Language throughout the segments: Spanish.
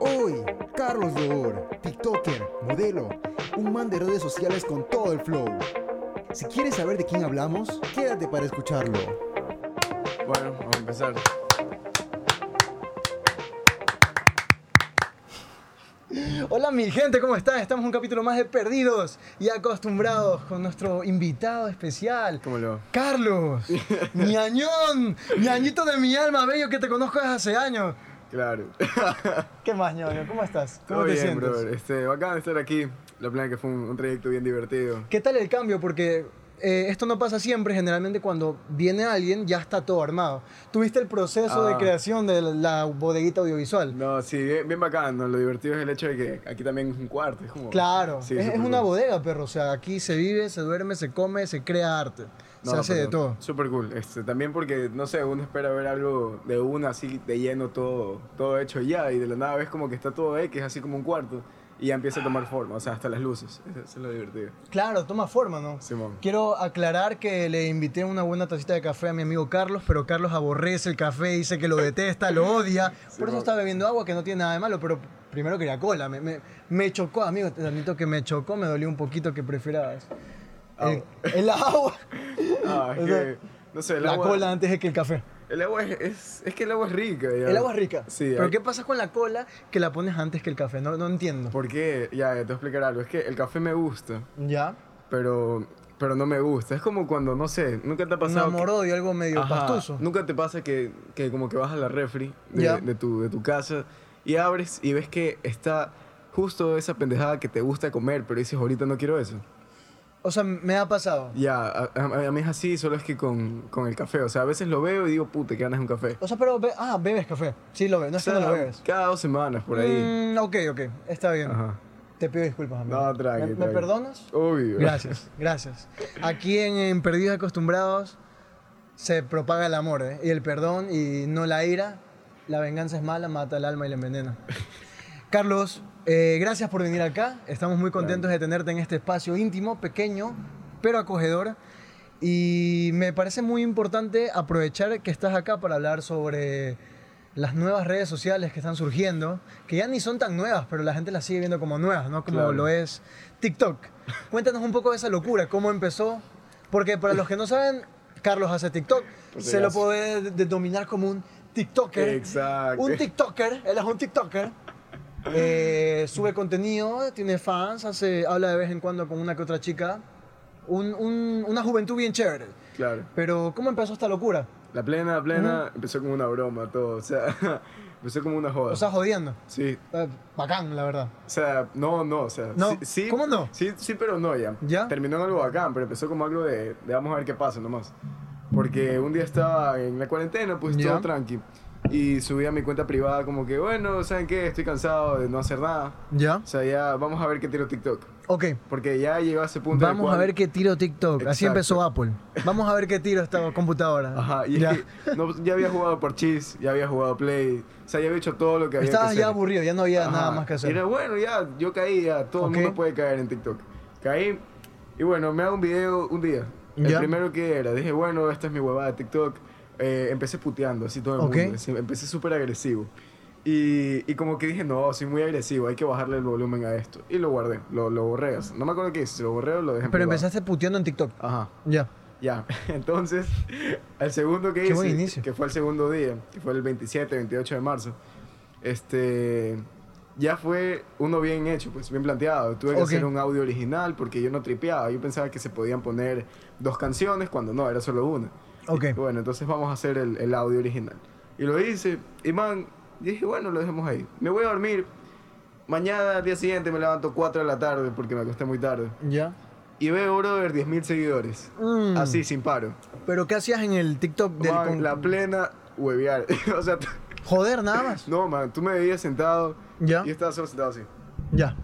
Hoy, Carlos Dor, TikToker, modelo, un man de redes sociales con todo el flow. Si quieres saber de quién hablamos, quédate para escucharlo. Bueno, vamos a empezar. Hola mi gente, ¿cómo están? Estamos en un capítulo más de Perdidos y acostumbrados con nuestro invitado especial. ¿Cómo le va? Carlos, ñañón, ñañito de mi alma, bello que te conozco desde hace años. Claro. ¿Qué más, ñaño? ¿Cómo estás? ¿Cómo Todo te bien, sientes? brother. Este, bacán estar aquí. La plena que fue un, un trayecto bien divertido. ¿Qué tal el cambio? Porque eh, esto no pasa siempre, generalmente cuando viene alguien ya está todo armado. Tuviste el proceso de Ah. creación de la- la bodeguita audiovisual. No, sí, bien, bien bacán. ¿no? Lo divertido es el hecho de que aquí también es un cuarto. Es como... Claro, Sí, es, es súper una cool. bodega, perro. O sea, aquí se vive, se duerme, se come, se crea arte. No, se hace pero de todo. Súper cool. Este, también porque, no sé, uno espera ver algo de una así de lleno, todo, todo hecho ya. Y de la nada ves como que está todo X, así como un cuarto. Y ya empieza a tomar forma, o sea, hasta las luces. Eso es lo divertido. Claro, toma forma, ¿no? Simón. Quiero aclarar que le invité una buena tacita de café a mi amigo Carlos, pero Carlos aborrece el café, dice que lo detesta, lo odia. Por eso Simón. está bebiendo agua, que no tiene nada de malo, pero primero quería cola. Me, me- me chocó, amigo, te admito que me chocó, me dolió un poquito que prefieras el, el agua, Ah, es O sea, que, no sé, el la agua- cola antes de que el café. El agua es, es, es que el agua es rica. ya. El agua es rica. Sí, pero hay- ¿qué pasa con la cola que la pones antes que el café? No, no entiendo. ¿Por qué? Ya, ya, te voy a explicar algo. Es que el café me gusta, ¿Ya? pero, pero no me gusta. Es como cuando, no sé, nunca te ha Un pasado. que- amor odio, algo medio Ajá, pastoso. Nunca te pasa que, que como que vas a la refri de, Ya. de tu, de tu casa y abres y ves que está justo esa pendejada que te gusta comer, pero dices, ahorita no quiero eso. O sea, me ha pasado. Ya, a, a- a mí es así, solo es que con, con el café. O sea, a veces lo veo y digo, puta, que ganas de un café. O sea, pero... be- ah, bebes café. Sí, lo bebes. No es que no lo Mm. O sea, bebes. Cada dos semanas por ahí. Mm, ok, ok. Está bien. Ajá. Te pido disculpas, amigo. No, tranqui, ¿Me, me tranqui. perdonas? Obvio. Gracias, gracias. Aquí en, en Perdidos y Acostumbrados se propaga el amor ¿eh? y el perdón y no la ira. La venganza es mala, mata el alma y la envenena. Carlos, eh, gracias por venir acá. Estamos muy contentos de tenerte en este espacio íntimo, pequeño, pero acogedor. Y me parece muy importante aprovechar que estás acá para hablar sobre las nuevas redes sociales que están surgiendo, que ya ni son tan nuevas, pero la gente las sigue viendo como nuevas, ¿no? Como Claro. lo es TikTok. Cuéntanos un poco de esa locura, cómo empezó. Porque para los que no saben, Carlos hace TikTok. Por si Se lo acaso. puede denominar como un TikToker. Exacto. Un TikToker, él es un TikToker. Eh, sube contenido, tiene fans, hace, habla de vez en cuando con una que otra chica. Un- un- una juventud bien chévere. Claro. Pero, ¿cómo empezó esta locura? La plena, la plena, empezó como una broma todo, o sea, empezó como una joda. O sea, jodiendo. sí, Eh, Bacán, la verdad. o sea, no, no, o sea, No, sí, sí- ¿cómo no? Sí, sí, pero no ya. ¿Ya? Terminó en algo bacán, pero empezó como algo de, de vamos a ver qué pasa nomás. Porque un día estaba en la cuarentena, pues Ya. todo tranqui. Y subí a mi cuenta privada como que, bueno, ¿saben qué? Estoy cansado de no hacer nada. ¿Ya? O sea, ya vamos a ver qué tiro TikTok. Ok. Porque ya llegó a ese punto. en el Vamos a cual- ver qué tiro TikTok. Exacto. Así empezó Apple. Vamos a ver qué tiro esta computadora. Ajá, y es Ya. que no, ya había jugado parchís, ya había jugado play, o sea, ya había hecho todo lo que había que Estabas hacer. ya aburrido, ya no había Ajá. nada más que hacer. Era bueno, ya, yo caí, ya, todo Ok. el mundo puede caer en TikTok. Caí, y bueno, me hago un video un día. El Ya. primero que era, dije, bueno, esta es mi huevada de TikTok. Eh, empecé puteando, así todo el Ok. mundo. así, empecé súper agresivo. Y, y como que dije, no, soy muy agresivo, hay que bajarle el volumen a esto. Y lo guardé, lo, lo borré. o sea, no me acuerdo qué hice, si lo borré o lo dejé en Pero privado. empezaste puteando en TikTok. Ajá. Ya. Ya, entonces, el segundo que Qué buen hice, inicio. que fue el segundo día, que fue el 27, 28 de marzo, este, ya fue uno bien hecho, pues bien planteado. Tuve que Ok. hacer un audio original porque yo no tripeaba, yo pensaba que se podían poner dos canciones cuando no, era solo una. Ok. Y, bueno, entonces vamos a hacer el, el audio original. Y lo hice, y man, dije, bueno, lo dejemos ahí. Me voy a dormir, mañana, al día siguiente, me levanto 4 de la tarde porque me acosté muy tarde. Ya. Y veo, brother, 10.000 seguidores. Mm. Así, sin paro. Pero ¿qué hacías en el TikTok del Man, con- la plena huevear. o sea, tú- Joder, nada más. no, man, tú me veías sentado. Ya. Yo estaba solo sentado así, Ya.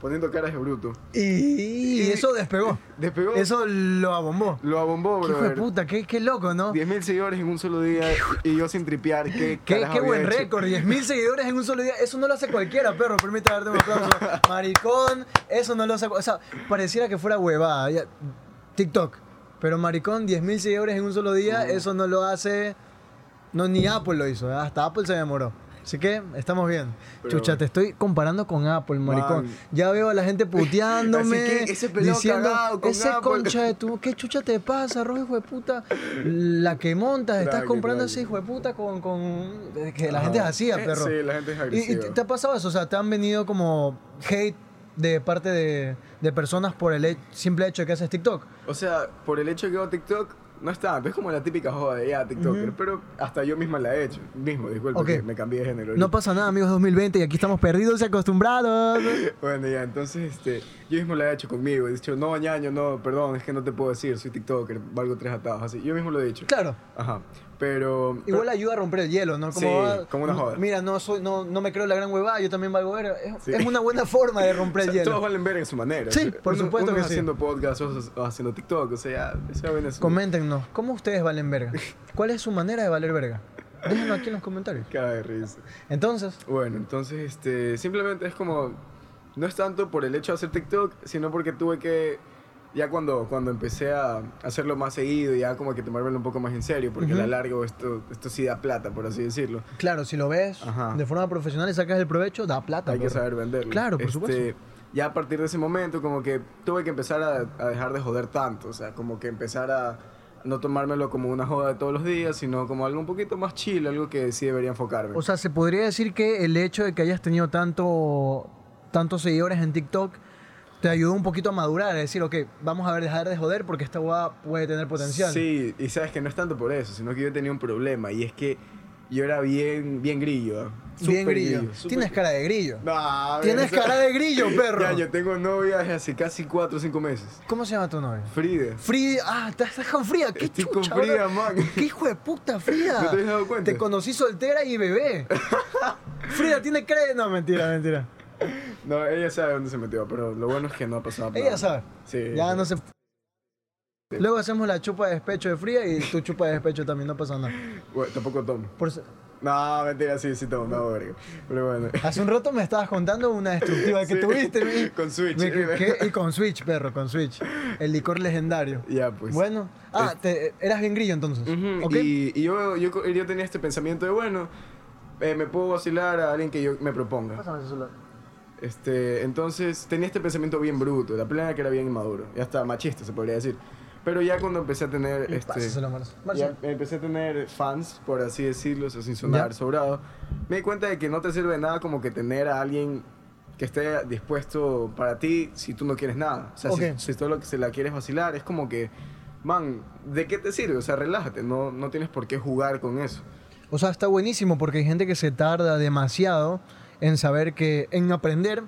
poniendo caras de bruto. Y, Y- eso despegó. Despegó, Eso lo abombó. lo abombó, Qué hijo de brother. puta, qué, qué loco, ¿no? 10.000 seguidores en un solo día y yo sin tripear. Qué, Qué, carajo qué había buen hecho? récord, 10.000 seguidores en un solo día. Eso no lo hace cualquiera, perro. Permítame darte un aplauso. Maricón, eso no lo hace. cu- O sea, pareciera que fuera huevada. ya, TikTok. Pero maricón, 10.000 Mm. seguidores en un solo día, eso no lo hace. No, ni Apple lo hizo. ¿eh? Hasta Apple se demoró. Así que estamos bien. Pero- Chucha, te estoy comparando con Apple, maricón. Man. Ya veo a la gente puteándome. Así que ese pelado diciendo, cagado con "Ese Apple". concha de tu. ¿Qué chucha te pasa, rojo hijo de puta? La que montas, estás Tranqui, comprando tranqui. ese hijo de puta con. con- Que la Ajá. gente es así, Eh, perro. sí, la gente es Y- ¿Y, agresiva. te ha pasado eso? O sea, ¿te han venido como hate de parte de, de personas por el he- simple hecho de que haces TikTok? O sea, por el hecho de que hago TikTok, no es tanto. Es como la típica joda de ya, TikToker. Pero hasta yo misma la he hecho. Mismo, disculpa, Ok. que me cambié de género. No pasa nada, amigos, 2020 y aquí estamos perdidos y acostumbrados. Bueno, ya, entonces, este, yo mismo la he hecho conmigo. He dicho, no, ñaño, no, perdón, es que no te puedo decir, soy TikToker, valgo tres atados, así. Yo mismo lo he dicho. Claro. Ajá. Pero. Igual ayuda a romper el hielo, ¿no? Sí, ah, como una joda. Mira, no, soy, no, no me creo la gran huevada, yo también valgo ver. Es, Sí. es una buena forma de romper o sea, el hielo. todos valen ver en su manera. Sí, O sea, por uno- supuesto uno que es sí. haciendo podcast, otros haciendo TikTok, o sea, eso va bien en su- Coméntenos, ¿cómo ustedes valen verga? ¿Cuál es su manera de valer verga? Déjenlo aquí en los comentarios. Caga de risa. Entonces, Bueno, entonces, este, simplemente es como, no es tanto por el hecho de hacer TikTok, sino porque tuve que, ya cuando, cuando empecé a hacerlo más seguido, ya como que tomármelo un poco más en serio, porque a la Ujú. largo esto, esto sí da plata, por así decirlo. claro, si lo ves Ajá. de forma profesional y sacas el provecho, da plata. Hay que perro. saber venderlo. Claro, por Este, supuesto. Ya a partir de ese momento, como que tuve que empezar a, a dejar de joder tanto, o sea, como que empezar a no tomármelo como una joda de todos los días, sino como algo un poquito más chill, algo que sí debería enfocarme. O sea, se podría decir que el hecho de que hayas tenido tanto, tantos seguidores en TikTok te ayudó un poquito a madurar, a decir, ok, vamos a ver, dejar de joder porque esta guada puede tener potencial. Sí, y sabes que no es tanto por eso, sino que yo tenía un problema y es que yo era bien, bien grillo. ¿eh? Bien Súper grillo. súper Tienes grillo. cara de grillo. No, a ver, Tienes o sea, cara de grillo, perro. Ya, yo tengo novia desde hace casi 4 o 5 meses. ¿Cómo se llama tu novia? Frida. Frida. Ah, estás estás con Frida. ¿Qué Estoy chucha, con Frida, bro? man. ¿Qué hijo de puta, Frida? ¿No te habías dado cuenta? Ah, Te conocí soltera y bebé. Frida tiene cara de- No, mentira, mentira. No, ella sabe dónde se metió, pero lo bueno es que no ha pasado nada. Ella sabe. Sí. Ya no se... Luego hacemos la chupa de despecho de Frida y tu chupa de despecho también, no pasa nada. Bueno, tampoco tomo. Por si- No, mentira, sí, sí tomo, no, verga. Pero bueno. Hace un rato me estabas contando una destructiva que Sí, tuviste. mi- con Switch. mi- que- Y con Switch, perro, con Switch. El licor legendario. Ya, pues. Bueno. Ah, te- eras bien grillo entonces. Ujú, Ok. Y, y yo, yo, yo tenía este pensamiento de, bueno, eh, me puedo vacilar a alguien que yo me proponga. Pásame ese celular. Este, entonces tenía este pensamiento bien bruto, la plena que era bien inmaduro, ya hasta machista se podría decir. Pero ya cuando empecé a tener este Pásaselo, Marcio. ya Marcio. empecé a tener fans, por así decirlo, eso sin sonar Ya. sobrado, me di cuenta de que no te sirve de nada como que tener a alguien que esté dispuesto para ti si tú no quieres nada. O sea, si- Ok. si, todo lo que se la quieres vacilar es como que, man, ¿de qué te sirve? O sea, relájate, no, no tienes por qué jugar con eso. O sea, está buenísimo porque hay gente que se tarda demasiado en saber que, en aprender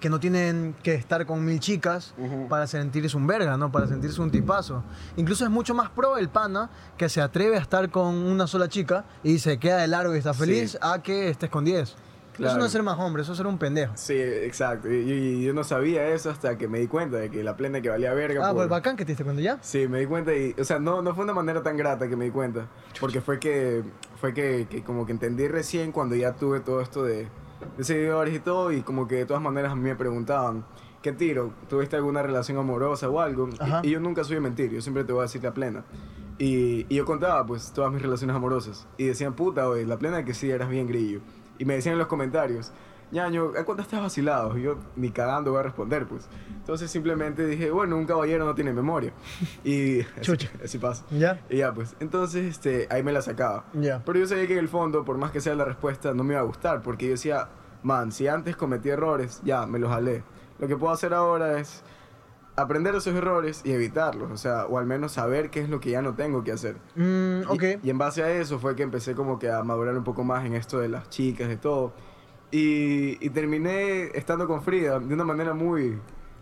que no tienen que estar con mil chicas Ujú. para sentirse un verga, ¿no? Para sentirse un tipazo. Incluso es mucho más pro el pana que se atreve a estar con una sola chica y se queda de largo y está feliz Sí. a que estés con 10. Eso Claro. no es ser más hombre, eso es ser un pendejo. Sí, exacto. Y, y yo no sabía eso hasta que me di cuenta de que la plena que valía verga. Ah, por- pues bacán que te diste cuenta ya. Sí, me di cuenta y, o sea, no, no fue una manera tan grata que me di cuenta, porque fue que, fue que, que como que entendí recién cuando ya tuve todo esto de, de seguidores y todo, y como que de todas maneras a mí me preguntaban, ¿qué tiro? ¿Tuviste alguna relación amorosa o algo? Y- Ajá. Y, yo nunca soy de mentir, yo siempre te voy a decir la plena. Y, y yo contaba, pues, todas mis relaciones amorosas, y decían, puta, oye, la plena que sí, eras bien grillo. Y me decían en los comentarios, ñaño, ¿a cuántas estás vacilado? Y yo ni cagando voy a responder, pues. Entonces simplemente dije, bueno, un caballero no tiene memoria. Y así- Chucha. Así, pasa. ¿Ya? Y ya, pues, entonces este, ahí me la sacaba. Ya. Pero yo sabía que en el fondo, por más que sea la respuesta, no me iba a gustar, porque yo decía, man, si antes cometí errores, ya, me los jalé. Lo que puedo hacer ahora es aprender esos errores y evitarlos, o sea, o al menos saber qué es lo que ya no tengo que hacer. Mm, Y- ok. Y, en base a eso fue que empecé como que a madurar un poco más en esto de las chicas, de todo. Y, y terminé estando con Frida de una manera muy,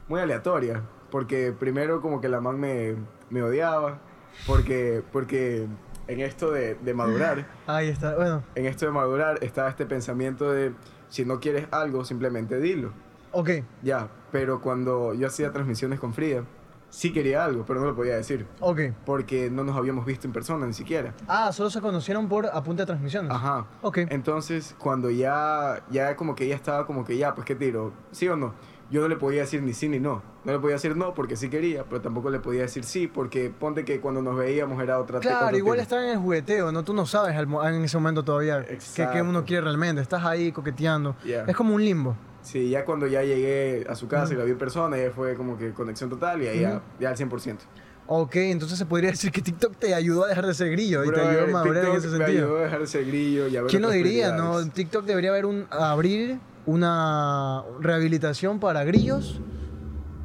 muy aleatoria. Porque primero como que la man me, me odiaba. Porque, porque en esto de, de madurar, Ahí está. Bueno, en esto de madurar estaba este pensamiento de si no quieres algo, simplemente dilo. ok. Ya, pero cuando yo hacía transmisiones con Frida, sí quería algo, pero no lo podía decir. Ok. Porque no nos habíamos visto en persona ni siquiera. Ah, solo se conocieron por apunte de transmisiones. Ajá. Ok. Entonces, cuando ya, ya como que ella estaba como que ya, pues qué tiro, ¿sí o no? yo no le podía decir ni sí ni no. No le podía decir no porque sí quería, pero tampoco le podía decir sí porque ponte que cuando nos veíamos era otra Claro, otro igual tema. están en el jugueteo, ¿no? Tú no sabes al mo- en ese momento todavía qué- qué Exacto. uno quiere realmente. Estás ahí coqueteando. Yeah. Es como un limbo. Sí, ya cuando ya llegué a su casa y la vi en persona, ya fue como que conexión total y ahí ya- ya al 100%. Ok, entonces se podría decir que TikTok te ayudó a dejar de ser grillo y te Bro, ayudó a eh, madurar en TikTok ese me ayudó sentido. a dejar ese grillo y a ver ¿Quién lo otras diría, no? prioridades. TikTok debería haber un, abrir una rehabilitación para grillos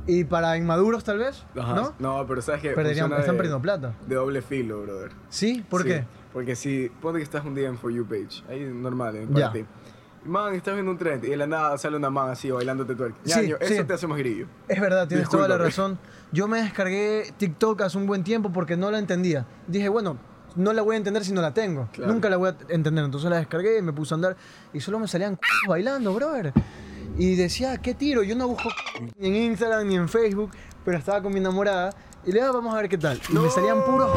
y para inmaduros, tal vez, Ajá. ¿no? pero sabes que Perderían, funciona están de- perdiendo plata. De doble filo, brother. ¿Sí? ¿Por Sí, qué? Porque si ponte que estás un día en For You page, ahí normal, en Ya. parte. Man, estás viendo un trend y de la nada sale una man así bailándote twerk. Sí, Ñaño, eso sí. te hace más grillo. Es verdad, tienes toda la Discúlpame. razón. Yo me descargué TikTok hace un buen tiempo porque no la entendía. Dije, bueno, no la voy a entender si no la tengo. Claro. Nunca la voy a entender. Entonces la descargué, me puse a andar y solo me salían c- bailando, brother. Y decía, ¿qué tiro? Yo no busco c- ni en Instagram ni en Facebook, pero estaba con mi enamorada y le daba, vamos a ver qué tal. Y me salían puros.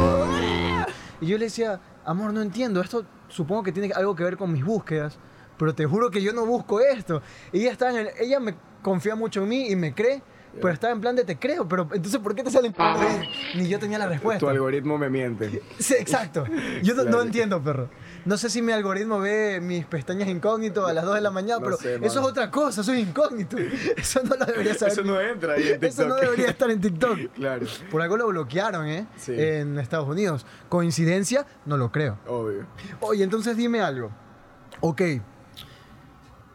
Y yo le decía, amor, no entiendo, esto supongo que tiene algo que ver con mis búsquedas, pero te juro que yo no busco esto. Y ella, estaba en el- ella me confía mucho en mí y me cree, pero estaba en plan de te creo, pero entonces ¿por qué te salen? Ni yo tenía la respuesta. Tu algoritmo me miente. Sí, exacto. Yo no, no Claro. entiendo, perro. No sé si mi algoritmo ve mis pestañas incógnito a las 2 de la mañana, No pero sé, eso es mano. otra cosa, soy incógnito. Eso no lo debería saber. Eso no entra ahí en TikTok. Eso no debería estar en TikTok. Claro, Por algo lo bloquearon, ¿eh? Sí. En Estados Unidos. ¿Coincidencia? No lo creo. obvio. Oye, entonces dime algo. Ok.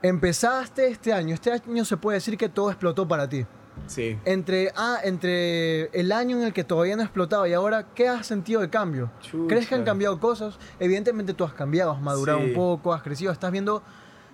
Empezaste este año. Este año se puede decir que todo explotó para ti. Sí. Entre, ah, entre el año en el que todavía no explotaba y ahora, ¿qué has sentido de cambio? Chucha. ¿Crees que han cambiado cosas? Evidentemente tú has cambiado, has madurado Sí. un poco, has crecido, estás viendo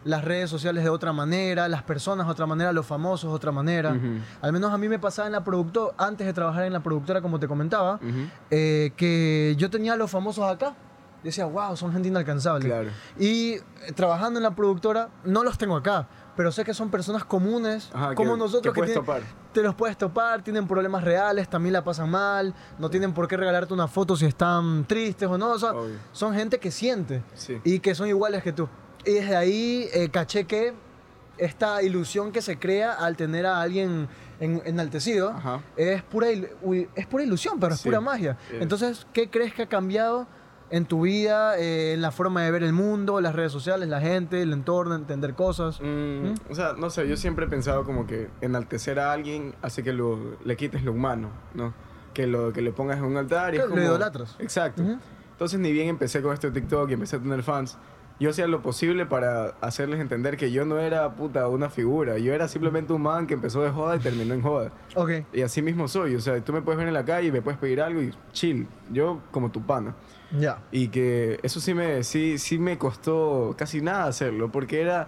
las redes sociales de otra manera, las personas de otra manera, los famosos de otra manera. Ujú. Al menos a mí me pasaba en la productora, antes de trabajar en la productora, como te comentaba, Ujú. eh, que yo tenía a los famosos acá. Yo decía, wow, son gente inalcanzable. Claro. Y eh, trabajando en la productora, no los tengo acá, pero sé que son personas comunes, Ajá, como que- nosotros que puedes tienen- topar. Te los puedes topar, tienen problemas reales, también la pasan mal, no tienen por qué regalarte una foto si están tristes o no. O sea, Obvio. son gente que siente Sí. y que son iguales que tú. Y desde ahí eh, caché que esta ilusión que se crea al tener a alguien en- enaltecido Ajá. es pura, il- ui- es pura ilusión, pero es Sí. pura magia. Eh. Entonces, ¿qué crees que ha cambiado en tu vida, eh, en la forma de ver el mundo, las redes sociales, la gente, el entorno, entender cosas? Mm, O sea, no sé, yo siempre he pensado como que enaltecer a alguien hace que lo, le quites lo humano, ¿no? Que, lo, que le pongas en un altar y es Claro, lo como- idolatras. Exacto. Ujú. Entonces, ni bien empecé con este TikTok y empecé a tener fans, yo hacía lo posible para hacerles entender que yo no era puta una figura, yo era simplemente un man que empezó de joda y terminó en joda. Ok. Y así mismo soy, o sea, tú me puedes ver en la calle y me puedes pedir algo y chill, yo como tu pana. Ya. Y que eso sí me, sí, sí me costó casi nada hacerlo, porque era,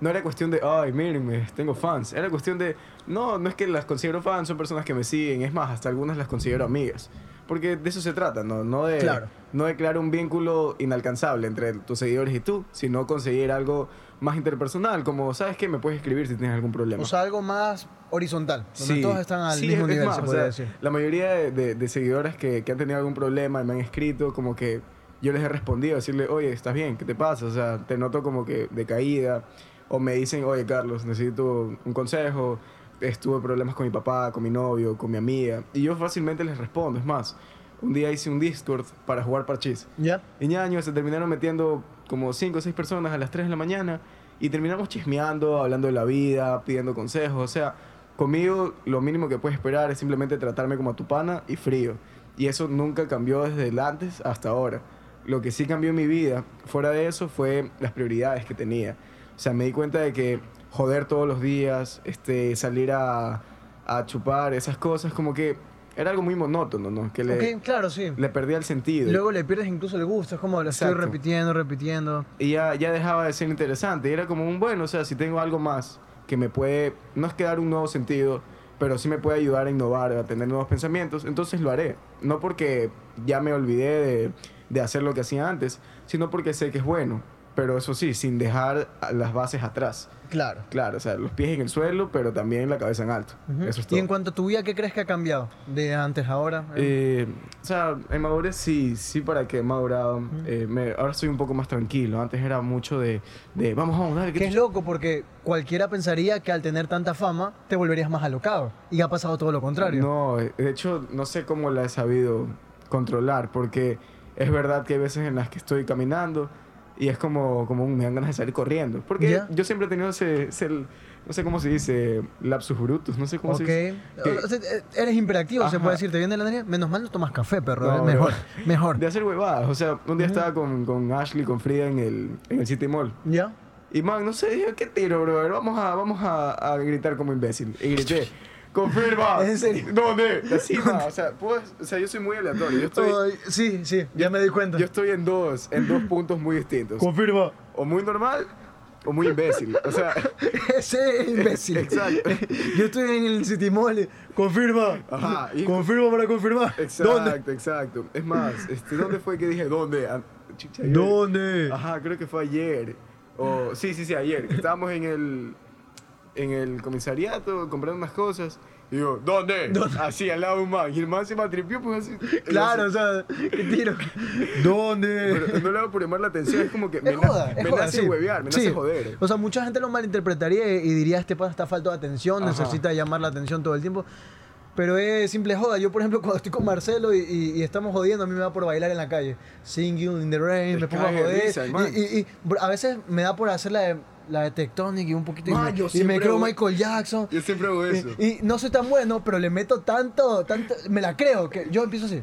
no era cuestión de, ay, mírenme, tengo fans. Era cuestión de, no, no es que las considero fans, son personas que me siguen. Es más, hasta algunas las considero amigas. Porque de eso se trata, ¿no? No de, Claro. no de crear un vínculo inalcanzable entre tus seguidores y tú, sino conseguir algo más interpersonal, como, ¿sabes qué? Me puedes escribir si tienes algún problema. O sea, algo más horizontal, donde todos están al Sí, mismo es- es nivel, más, se o podría sea, decir. La mayoría de, de- de seguidores que, que han tenido algún problema y me han escrito, como que yo les he respondido, decirle, oye, ¿estás bien? ¿Qué te pasa? O sea, te noto como que de caída. O me dicen, oye, Carlos, necesito un consejo. Estuve problemas con mi papá, con mi novio, con mi amiga. Y yo fácilmente les respondo. Es más, un día hice un Discord para jugar parchís. Ya. Y ñaño, se terminaron metiendo como 5 o 6 personas a las 3 de la mañana y terminamos chismeando, hablando de la vida, pidiendo consejos. O sea, conmigo lo mínimo que puedes esperar es simplemente tratarme como a tu pana y frío. Y eso nunca cambió desde el antes hasta ahora. Lo que sí cambió en mi vida, fuera de eso, fue las prioridades que tenía. O sea, me di cuenta de que joder todos los días, este, salir a, a chupar, esas cosas, como que era algo muy monótono, ¿no? Que le, Ok, claro, sí. le perdía el sentido. Luego le pierdes incluso el gusto, es como lo estoy Exacto. repitiendo, repitiendo. y ya, ya dejaba de ser interesante. Y era como un bueno, o sea, si tengo algo más que me puede, no es que dar un nuevo sentido, pero sí me puede ayudar a innovar, a tener nuevos pensamientos, entonces lo haré. No porque ya me olvidé de, de hacer lo que hacía antes, sino porque sé que es bueno. pero eso sí, sin dejar a- las bases atrás. Claro. Claro, o sea, los pies en el suelo, pero también la cabeza en alto. Ujú. Eso es todo. y en cuanto a tu vida, ¿qué crees que ha cambiado de antes a ahora? Eh, o sea, en madurez sí, sí para que he madurado. Eh, me- ahora soy un poco más tranquilo. Antes era mucho de, de vamos, vamos, dale. que que tú- es loco porque cualquiera pensaría que al tener tanta fama te volverías más alocado y ha pasado todo lo contrario. No, eh, de hecho, no sé cómo la he sabido controlar, porque es verdad que hay veces en las que estoy caminando y es como, como un- me dan ganas de salir corriendo. Porque Ya. yo siempre he tenido ese, ese- no sé cómo se dice, lapsus brutus, no sé cómo Ok. se dice. Que- O sea, eh, eres imperactivo, se Ajá. puede decir. Te viene la nariz. Menos mal no tomas café, perro. No, eh, no. mejor, mejor. De hacer huevadas. O sea, un día estaba con, con Ashley, con Frida en el, en el City Mall. ¿Ya? Y man, no sé, dije, ¿qué tiro, brother? Vamos a, vamos a, a gritar como imbécil. Y grité, confirma. ¿En serio? ¿Dónde? Así, man, o sea, puedes- o sea, yo soy muy aleatorio. Yo estoy, Ay, sí, sí, ya me di cuenta. yo estoy en dos, en dos puntos muy distintos. Confirma. O muy normal, o muy imbécil. O sea, Ese es imbécil. Exacto. Yo estoy en el City Mall. Confirma. Ajá, y- Confirma para confirmar. exacto, ¿Dónde? exacto. Es más, este, ¿dónde fue que dije dónde? Ah, chucha, ayer. ¿Dónde? Ajá, creo que fue ayer. O, sí, sí, sí, ayer. que Estábamos en el, en el comisariato comprando unas cosas. Y digo, ¿dónde? Así, al lado de un man. Y el man se matripió, pues así. Claro, o así. sea, qué tiro. ¿Dónde? Pero no le hago por llamar la atención, es como que me, Es na- joda, es me joda, nace sí. huevear, me Sí. nace joder. O sea, mucha gente lo malinterpretaría y y diría, este pana está falto de atención, Ajá. necesita llamar la atención todo el tiempo. Pero es simple joda. Yo, por ejemplo, cuando estoy con Marcelo y, y- y estamos jodiendo, a mí me da por bailar en la calle. Singing in the rain, Te me pongo a cae de joder. risa, man. y, y- y, bro, a veces me da por hacer la de, la de Tectonic y un poquito. y Man, me- yo y me siempre creo hago- Michael Jackson. Yo siempre hago eso. Y, y no soy tan bueno, pero le meto tanto, tanto, me la creo, que yo empiezo así.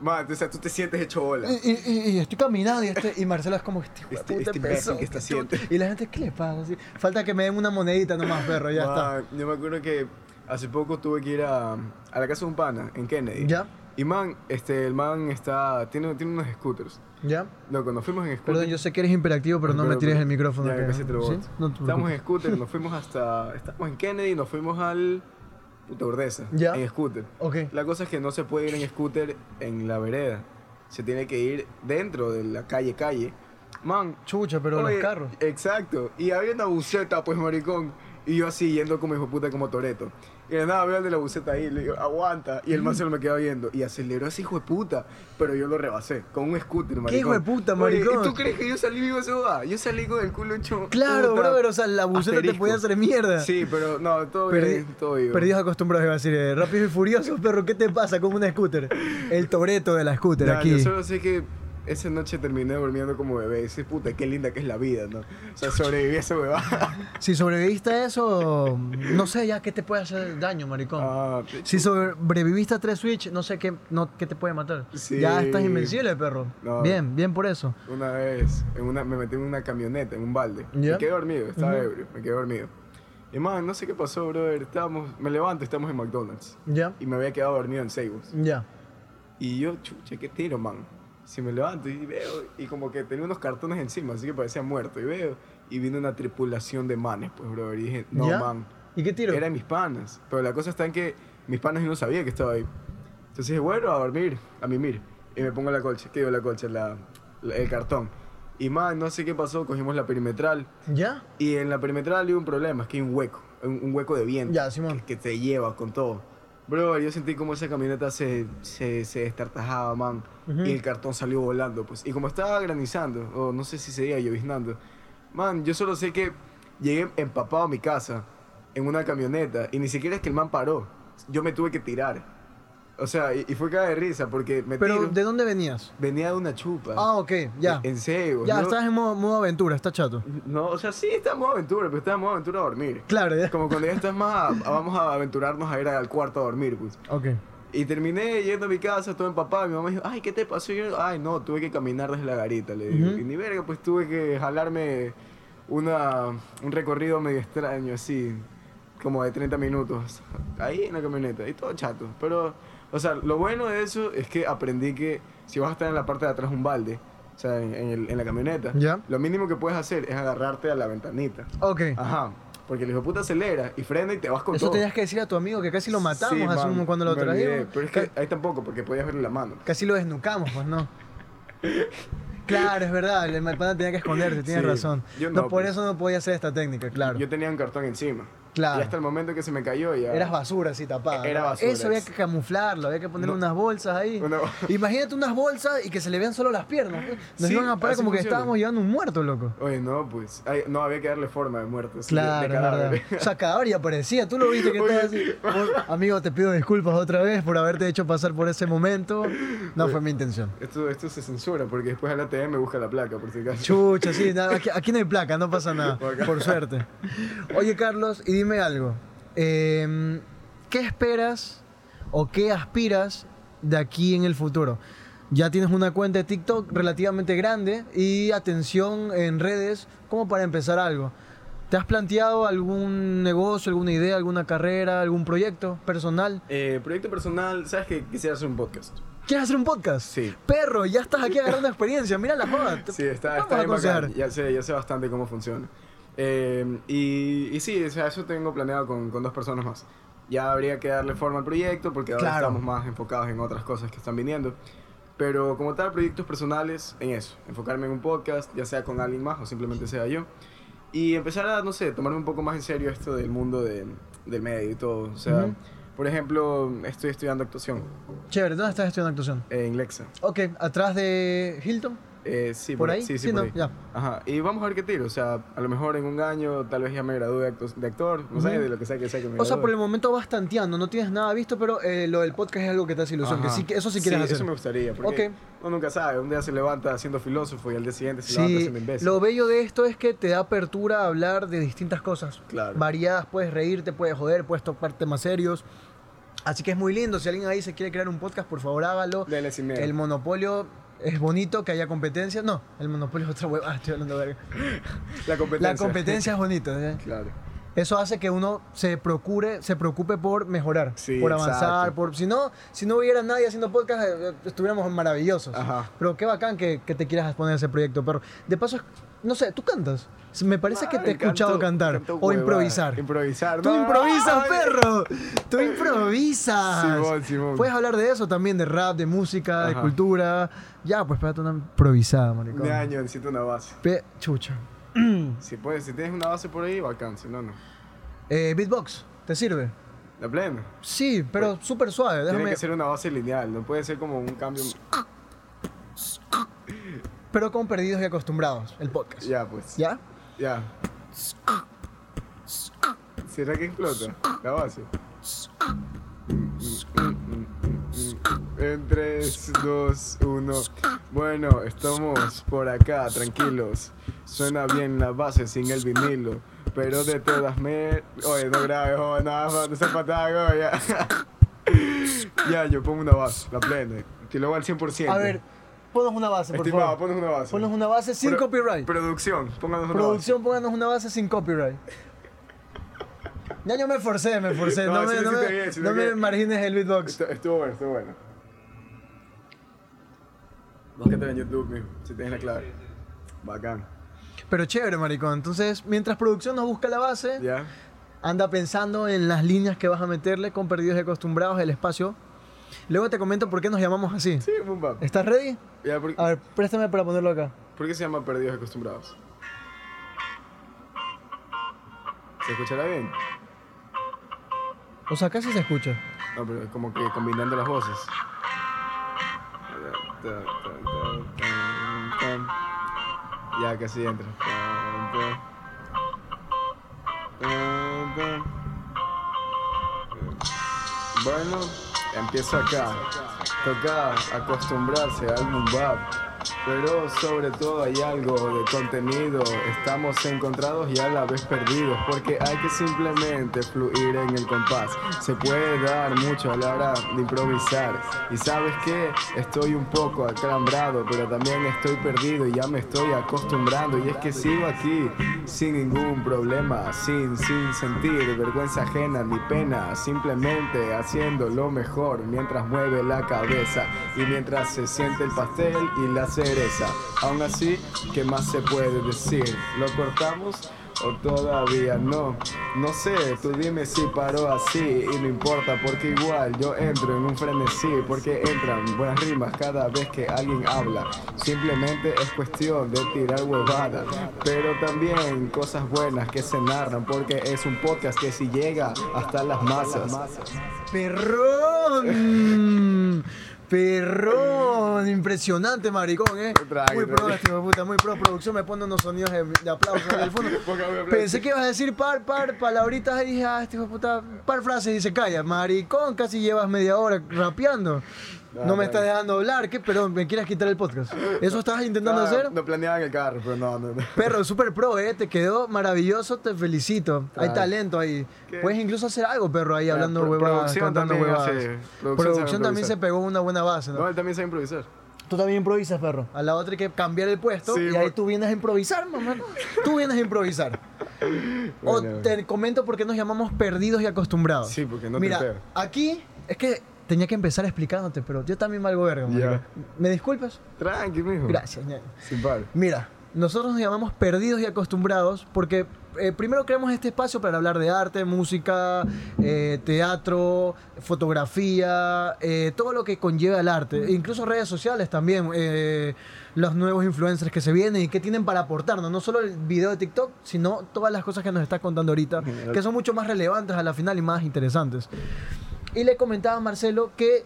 Man, o sea, tú te sientes hecho bola. Y, y- y- y estoy caminando y, este- y Marcelo es como este, hijo de Este- puta este empezó, imbécil que está este puta". haciendo. Y la gente, ¿qué le pasa? Así, Falta que me den una monedita nomás, perro, ya está. Man, Yo me acuerdo que hace poco tuve que ir a, a la casa de un pana en Kennedy. Ya. Y man, este, el man está, tiene, tiene unos scooters. ¿Ya? Loco, nos fuimos en scooter. Perdón, yo sé que eres imperactivo, pero no me tires el micrófono. Ya, que- casi te lo ¿sí? boto. No te Estábamos en preocupes. scooter, nos fuimos hasta. Estábamos en Kennedy, nos fuimos al. Puta Urdesa. Ya. En scooter. Ok. La cosa es que no se puede ir en scooter en la vereda. Se tiene que ir dentro de la calle, calle. Man. Chucha, pero oye, los carros. Exacto. Y había una buceta, pues, maricón. Y yo así yendo como hijo puta, como Toreto. Y de nada veo al de la buceta ahí, le digo, aguanta. Y el man se lo me queda viendo. Y aceleró ese hijo de puta. Pero yo lo rebasé con un scooter, maricón. hijo de puta, Oye, ¿y maricón? tú crees que yo salí vivo de esa boda? Yo salí con el culo hecho. Claro, puta, brother, o sea, la buceta te asterisco. podía hacer mierda. Sí, pero no, todo Perdi- bien, todo bien. perdidos acostumbrados, iba a decir. eh, Rápidos y furiosos, perro, ¿qué te pasa con un scooter? El toreto de la scooter Ya, aquí. Yo solo sé que esa noche terminé durmiendo como bebé. Dice, puta, qué linda que es la vida, ¿no? O sea, sobreviví a esa huevada. Si sobreviviste a eso, no sé ya qué te puede hacer daño, maricón. Ah, Si sobreviviste a tres Switch, no sé qué, no, qué te puede matar. Sí. Ya estás invencible, perro. No. Bien, bien por eso. Una vez en una, me metí en una camioneta, en un balde. Ya. Me quedé dormido, estaba ebrio, me quedé dormido. Y man, no sé qué pasó, brother. Estábamos, me levanto, estamos en McDonald's. Ya, Y me había quedado dormido en Seibos. ya. Y yo, chucha, qué tiro, man. Si me levanto y veo, y como que tenía unos cartones encima, así que parecía muerto. Y veo, y vino una tripulación de manes, pues, brother. Y dije, no, ¿Ya? man. ¿Y qué tiro? Eran mis panas. Pero la cosa está en que mis panas yo no sabía que estaba ahí. Entonces dije, bueno, a dormir, a mimir. Y me pongo la colcha, que digo la colcha, la, la- el cartón. Y man, no sé qué pasó, cogimos la perimetral. ¿Ya? Y en la perimetral hay un problema, es que hay un hueco, un, un hueco de viento Ya, Simón. que te lleva con todo. Bro, yo sentí como esa camioneta se, se, se destartajaba, man. Ujú. Y el cartón salió volando, pues. Y como estaba granizando, o no sé si sería lloviznando, man, yo solo sé que llegué empapado a mi casa en una camioneta y ni siquiera es que el man paró. Yo me tuve que tirar. O sea, y, y fue cara de risa porque me Pero, tiro. ¿de dónde venías? Venía de una chupa. Ah, ok, ya. En serio. Ya, ¿no? estás en modo, modo aventura, está chato. No, o sea, sí, estamos aventura, pero estamos aventura a dormir. Claro, ya. Como cuando ya estás más, a- a- vamos a aventurarnos a ir al cuarto a dormir, pues. Ok. Y terminé yendo a mi casa, todo empapado. Mi mamá dijo, ay, ¿qué te pasó? Y yo, ay, no, tuve que caminar desde la garita, le digo. Ujú. Y ni verga, pues tuve que jalarme una, un recorrido medio extraño, así, como de 30 minutos, ahí en la camioneta, y todo chato. Pero, o sea, lo bueno de eso es que aprendí que si vas a estar en la parte de atrás de un balde, o sea, en, en el- en la camioneta, Ya. lo mínimo que puedes hacer es agarrarte a la ventanita. Ok. Ajá. Porque el hijo de puta acelera y frena y te vas Ah, con eso todo. tenías que decir a tu amigo que casi lo matamos Sí, hace man, un- cuando lo me olvidé, trajimos. Pero es que ahí tampoco, porque podías verle la mano. Casi lo desnucamos, pues no. Claro, es verdad, el el pana tenía que esconderse, tienes Sí, razón. yo no, no, por pues. eso no podía hacer esta técnica, claro. Yo tenía un cartón encima. Claro. Y hasta el momento que se me cayó ya. Eras basura así tapada. Era ¿no? basura, Eso había ex. que camuflarlo, había que poner No. unas bolsas ahí. Una- Imagínate unas bolsas y que se le vean solo las piernas. pues. Nos Sí, iban a parar así como que funciona. estábamos llevando un muerto, loco. Oye, no, pues. ay, no, había que darle forma de muerto. así, de- de Claro, es cadáver. verdad. O sea, cadáver y aparecía. Tú lo viste que estaba así. Amigo, te pido disculpas otra vez por haberte hecho pasar por ese momento. No fue mi intención. Esto, esto se censura porque después a la TV me busca la placa, por si acaso. Chucha, sí, nada, aquí, aquí no hay placa, no pasa nada, Por acá. por suerte. Oye, Carlos, y dime algo. eh, ¿Qué esperas o qué aspiras de aquí en el futuro? Ya tienes una cuenta de TikTok relativamente grande y atención en redes como para empezar algo. ¿Te has planteado algún negocio, alguna idea, alguna carrera, algún proyecto personal? Eh, proyecto personal, ¿sabes que quisiera hacer un podcast? ¿Quieres hacer un podcast? Sí. Perro, ya estás aquí agarrando experiencia, mira la joda. te- Sí, está, te está bien vamos a bacán. aconsejar. Ya sé, ya sé bastante cómo funciona. Eh, y, y sí, o sea, eso tengo planeado con, con dos personas más. Ya habría que darle forma al proyecto porque ahora Claro. estamos más enfocados en otras cosas que están viniendo. Pero como tal, proyectos personales en eso. Enfocarme en un podcast, ya sea con alguien más o simplemente sea yo. Y empezar a, no sé, tomarme un poco más en serio esto del mundo de- del medio y todo. O sea, Ujú. por ejemplo, estoy estudiando actuación Chévere, ¿dónde estás estudiando actuación? en Lexa. Ok, atrás de Hilton. Eh, sí, ¿Por ahí? Sí, sí, Sí, por ¿no? ahí. Ya. Ajá. Y vamos a ver qué tiro. O sea, a lo mejor en un año, tal vez ya me gradúe de acto- de actor. No sé, Ujú. de lo que sea que sea que me O sea, gradúe. por el momento vas tanteando, no tienes nada visto, pero eh, lo del podcast es algo que te hace ilusión. Que Ajá. sí, que- eso sí quieres hacer. eso me gustaría. Porque Ok. uno nunca sabe. Un día se levanta siendo filósofo y al día siguiente se levanta Sí, siendo imbécil. lo bello de esto es que te da apertura a hablar de distintas cosas. Claro. Variadas, puedes reírte, puedes joder, puedes tocar temas serios. Así que es muy lindo. Si alguien ahí se quiere crear un podcast, por favor hágalo. Dele sin miedo. El monopolio es bonito que haya competencia. No, el monopolio es otra hueva. Ah, estoy hablando verga. La competencia. La competencia es bonita. ¿eh? claro. Eso hace que uno se procure, se preocupe por mejorar, Sí, por avanzar, exacto. por si no, si no hubiera nadie haciendo podcast, eh, eh, estuviéramos maravillosos. Ajá. Pero qué bacán que, que te quieras poner ese proyecto, perro. De paso, no sé, tú cantas. Me parece que Ah, te he canto- escuchado cantar canto o huevadas. improvisar. Improvisar. Tú ¡No! improvisas, ¡Ay! perro. Tú improvisas. Simón, Simón. Puedes hablar de eso también, de rap, de música, de Ajá. cultura. Ya, pues pégate una improvisada, maricón. Un año necesito una base. Pe- chucha. Si puedes, si tienes una base por ahí, bacán. Si no, no. Eh, beatbox, ¿te sirve? La plena. Sí, pero súper suave. Tiene Déjame, que ser una base lineal. No puede ser como un cambio. pero con perdidos y acostumbrados, el podcast. Ya, pues. ¿Ya? Ya. ¿Será que explota? La base. En 3, 2, 1. Bueno, estamos por acá, tranquilos. Suena bien la base sin el vinilo. Pero de todas me. Oye, no grabes, oh, nada, más, no se patago, ya. ya, yo pongo una base, la plena. Que lo hago al 100%. A ver, ponos una base, por estimado, pues. favor. ponos una base. Ponos una base sin Pro- copyright. Producción, pónganos una base. Producción, pónganos una base sin copyright. Ya yo me forcé, me forcé. No, No, sí me, lo no me- hiciste bien, sino no me que- margines el beatbox. Estu- Estuvo bueno, estuvo bueno. Búscate en YouTube, mijo, si tienes la clave. Bacán. Pero chévere, maricón. Entonces, mientras producción nos busca la base, ¿Ya? anda pensando en las líneas que vas a meterle con perdidos y acostumbrados, el espacio. Luego te comento por qué nos llamamos así. Sí, boom, bap. ¿Estás ready? Ya, ¿por, A ver, préstame para ponerlo acá. por qué se llama Perdidos Acostumbrados? ¿Se escuchará bien? O sea, casi se escucha. No, pero es como que combinando las voces. Ya casi entra. Bueno, empiezo acá. Toca acostumbrarse al boom-bap. Pero sobre todo hay algo de contenido. Estamos encontrados y a la vez perdidos. Porque hay que simplemente fluir en el compás. Se puede dar mucho a la hora de improvisar. Y sabes que estoy un poco aclambrado. Pero también estoy perdido y ya me estoy acostumbrando. Y es que sigo aquí sin ningún problema. Sin, sin sentir vergüenza ajena ni pena. Simplemente haciendo lo mejor mientras mueve la cabeza. Y mientras se siente el pastel y la hace interesa. Aún así, ¿qué más se puede decir? ¿Lo cortamos o todavía no? No sé, tú dime si paró así y no importa porque igual yo entro en un frenesí porque entran buenas rimas cada vez que alguien habla. Simplemente es cuestión de tirar huevadas, pero también cosas buenas que se narran porque es un podcast que si llega hasta las masas. Perrón. Perrón, impresionante maricón, eh. Tranqui, muy pro tranqui. este hijo de puta, muy pro producción, me pone unos sonidos de, de aplauso en el fondo. Póngame aplauso. Pensé que ibas a decir par, par, palabritas y dije, ah, este hijo de puta, par frases y se calla. Maricón, casi llevas media hora rapeando. No, No tranqui. me estás dejando hablar, ¿qué? Perdón, me quieras quitar el podcast. ¿Eso estabas intentando Ah, hacer? No planeaba en el carro, pero no, no, no. Perro, súper pro, ¿eh? Te quedó maravilloso, te felicito. Hay Claro. talento ahí. ¿Qué? Puedes incluso hacer algo, perro, ahí Ah, hablando pro- huevadas, producción cantando también huevadas. hace- producción producción sabe también se improvisar. pegó una buena base, ¿no? No, él también sabe improvisar. Tú también improvisas, perro. A la otra hay que cambiar el puesto Sí, y ahí por- tú vienes a improvisar, mamá. Tú vienes a improvisar. o Bueno, te comento por qué nos llamamos perdidos y acostumbrados. Sí, porque no te Mira, pego. aquí es que tenía que empezar explicándote, pero yo también valgo verga, Ya. marica. ¿Me disculpas? Tranqui, mijo. Gracias, ñaño. Sin par. Mira, nosotros nos llamamos perdidos y acostumbrados porque eh, primero creamos este espacio para hablar de arte, música, eh, teatro, fotografía, eh, todo lo que conlleva el arte, e incluso redes sociales también, eh, los nuevos influencers que se vienen y que tienen para aportarnos, no solo el video de TikTok, sino todas las cosas que nos estás contando ahorita, Genial. que son mucho más relevantes a la final y más interesantes. Y le comentaba a Marcelo que,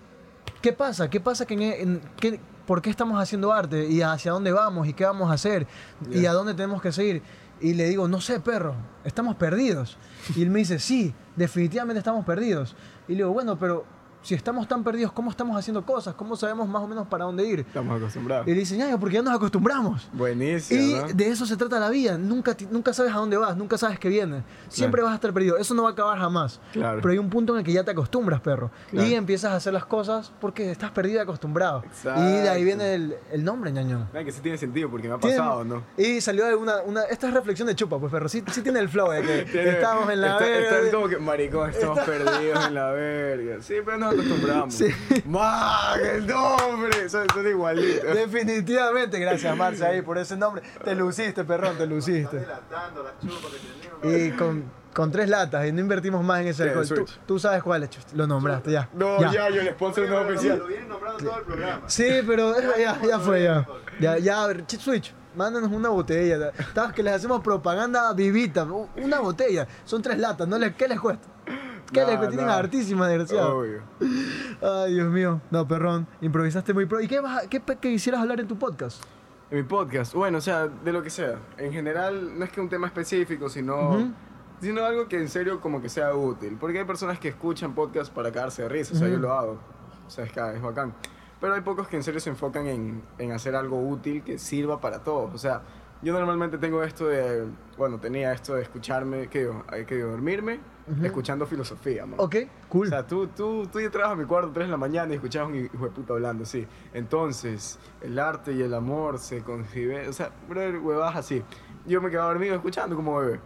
¿qué pasa? ¿Qué pasa? Que en- en- que- ¿Por qué estamos haciendo arte? ¿Y hacia dónde vamos? ¿Y qué vamos a hacer? ¿Y Ya. a dónde tenemos que seguir? Y le digo, no sé, perro, estamos perdidos. Y él me dice, sí, definitivamente estamos perdidos. Y le digo, bueno, pero si estamos tan perdidos, ¿cómo estamos haciendo cosas? ¿Cómo sabemos más o menos para dónde ir? Estamos acostumbrados. Y le dice, ñaño, porque ya nos acostumbramos. Y Buenísimo. ¿no? de eso se trata la vida. Nunca, ti- nunca sabes a dónde vas, nunca sabes qué viene. Siempre Claro. vas a estar perdido. Eso no va a acabar jamás. Claro. Pero hay un punto en el que ya te acostumbras, perro. Claro. Y empiezas a hacer las cosas porque estás perdido y acostumbrado. Exacto. Y de ahí viene el, el nombre, ñañón. Ay, que sí tiene sentido porque me ha Tiene- pasado, ¿no? Y salió de una, una- Esta es reflexión de chupa, pues, perro. Sí, sí tiene el flow de que Tiene- estamos en la está, verga. Está como que, maricón, estamos perdidos en la verga. Sí, pero nos acostumbramos. Sí. ¡Mag! ¡El nombre! Son, son igualitos. Definitivamente, gracias Marcia ahí por ese nombre. Te luciste, perrón, te luciste. Y con, con tres latas y no invertimos más en ese Sí, alcohol. el Tú, Switch. tú sabes cuál es, chus, lo nombraste ya. No, ya, yo el sponsor no es oficial. Sí, pero eso ya, ya fue ya. Ya, ya, a ver, Ch- Switch, mándanos una botella. Estabas que les hacemos propaganda vivita. u- Una botella, son tres latas, no les, ¿qué les cuesta? ¿Qué les Nah, cuesta? Tienen nah. hartísima, desgraciado. Obvio. Ay, Dios mío. No, perrón, improvisaste muy pro. ¿Y qué, vas a- qué, pe- qué quisieras hablar en tu podcast? En mi podcast, bueno, o sea, de lo que sea. En general, no es que un tema específico, sino, Ujú. sino algo que en serio como que sea útil. Porque hay personas que escuchan podcasts para cagarse de risa, o sea, yo Ujú. lo hago. O sea, es, ca- es bacán. Pero hay pocos que en serio se enfocan en, en hacer algo útil que sirva para todos. O sea, yo normalmente tengo esto de, bueno, tenía esto de escucharme, que digo, hay que dormirme, escuchando filosofía, man. Ok, cool. O sea, tú, tú, tú entras a mi cuarto 3 de la mañana y escuchabas a un hijo de puta hablando, sí. Entonces, el arte y el amor se conciben. O sea, brother, huevadas así. Yo me quedaba dormido escuchando como bebé.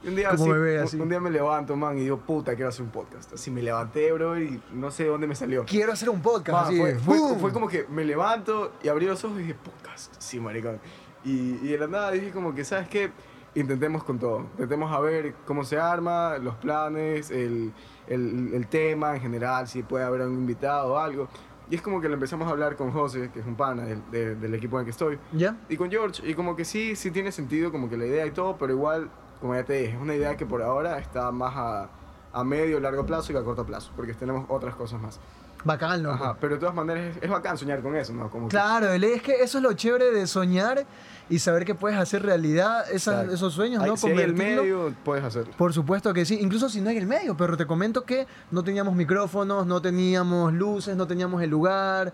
Y un día, Como así, bebé, un- así. Un, día me levanto, man, y digo, puta, quiero hacer un podcast. Así me levanté, bro, y no sé de dónde me salió. Quiero hacer un podcast. Man, así, fue, fue- ¡boom! fue como que me levanto y abrí los ojos y dije, podcast. Sí, maricón. Y, y de la nada dije como que, ¿sabes qué? Intentemos con todo. Intentemos a ver cómo se arma, los planes, el, el- el tema en general, si puede haber algún invitado o algo. Y es como que lo empezamos a hablar con José, que es un pana del, de- del equipo en el que estoy, ¿Ya? y con George. Y como que sí, sí tiene sentido como que la idea y todo, pero igual, como ya te dije, es una idea que por ahora está más a, a medio, largo plazo y a corto plazo, porque tenemos otras cosas más. Bacán, loco. Ajá, pero de todas maneras es, es bacán soñar con eso, ¿no? Como que- Claro, el- es que eso es lo chévere de soñar y saber que puedes hacer realidad esas- Claro. esos sueños, Ay, ¿no? Si hay el Convertirlo. medio, puedes hacerlo. Por supuesto que sí, incluso si no hay el medio, pero te comento que no teníamos micrófonos, no teníamos luces, no teníamos el lugar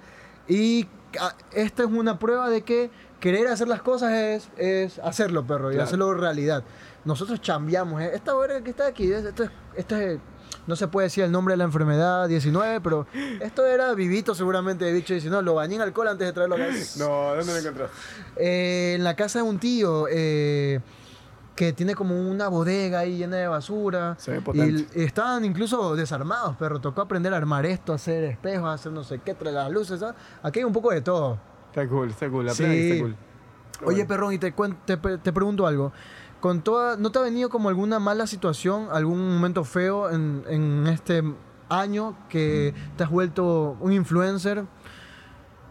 y ah, esta es una prueba de que querer hacer las cosas es, es hacerlo, perro, y Claro. hacerlo verlo realidad. Nosotros chambeamos. ¿eh? Esta verga que está aquí, es- esto es, esto es- no se puede decir el nombre de la enfermedad 19, pero esto era vivito seguramente de bicho 19. Lo bañé en alcohol antes de traerlo acá. No, ¿dónde lo encontraste? Eh, en la casa de un tío eh, que tiene como una bodega ahí llena de basura. Se ve y l- potente. estaban incluso desarmados, pero tocó aprender a armar esto, hacer espejos, hacer no sé qué, traer las luces. ¿sabes? Aquí hay un poco de todo. Está cool, está cool. La Sí. play está cool. Pero Oye, bueno. perrón, y te, cuen- te, pre- te pregunto algo. Con toda, ¿No te ha venido como alguna mala situación, algún momento feo en, en este año que Mm. te has vuelto un influencer?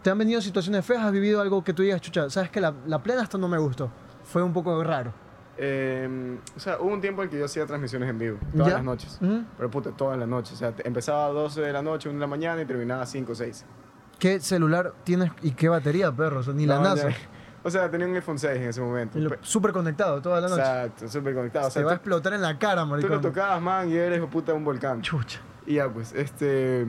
¿Te han venido situaciones feas? ¿Has vivido algo que tú digas, chucha, sabes que la, la plena hasta no me gustó? Fue un poco raro. Eh, o sea, hubo un tiempo en que yo hacía transmisiones en vivo, todas ¿Ya? las noches. Ujú. Pero puta, todas las noches. O sea, te- empezaba a 12 de la noche, 1 de la mañana y terminaba a 5 o 6. ¿Qué celular tienes y qué batería, perro? O sea, ni la No, NASA. ya- O sea, tenía un iPhone 6 en ese momento. Lo- Pe- Súper conectado toda la noche. Exacto, súper conectado. O Te va a sea, tú, explotar en la cara, tú maricón. lo tocabas, man, y eres oh, puta un volcán. Chucha. Y ya, pues, este...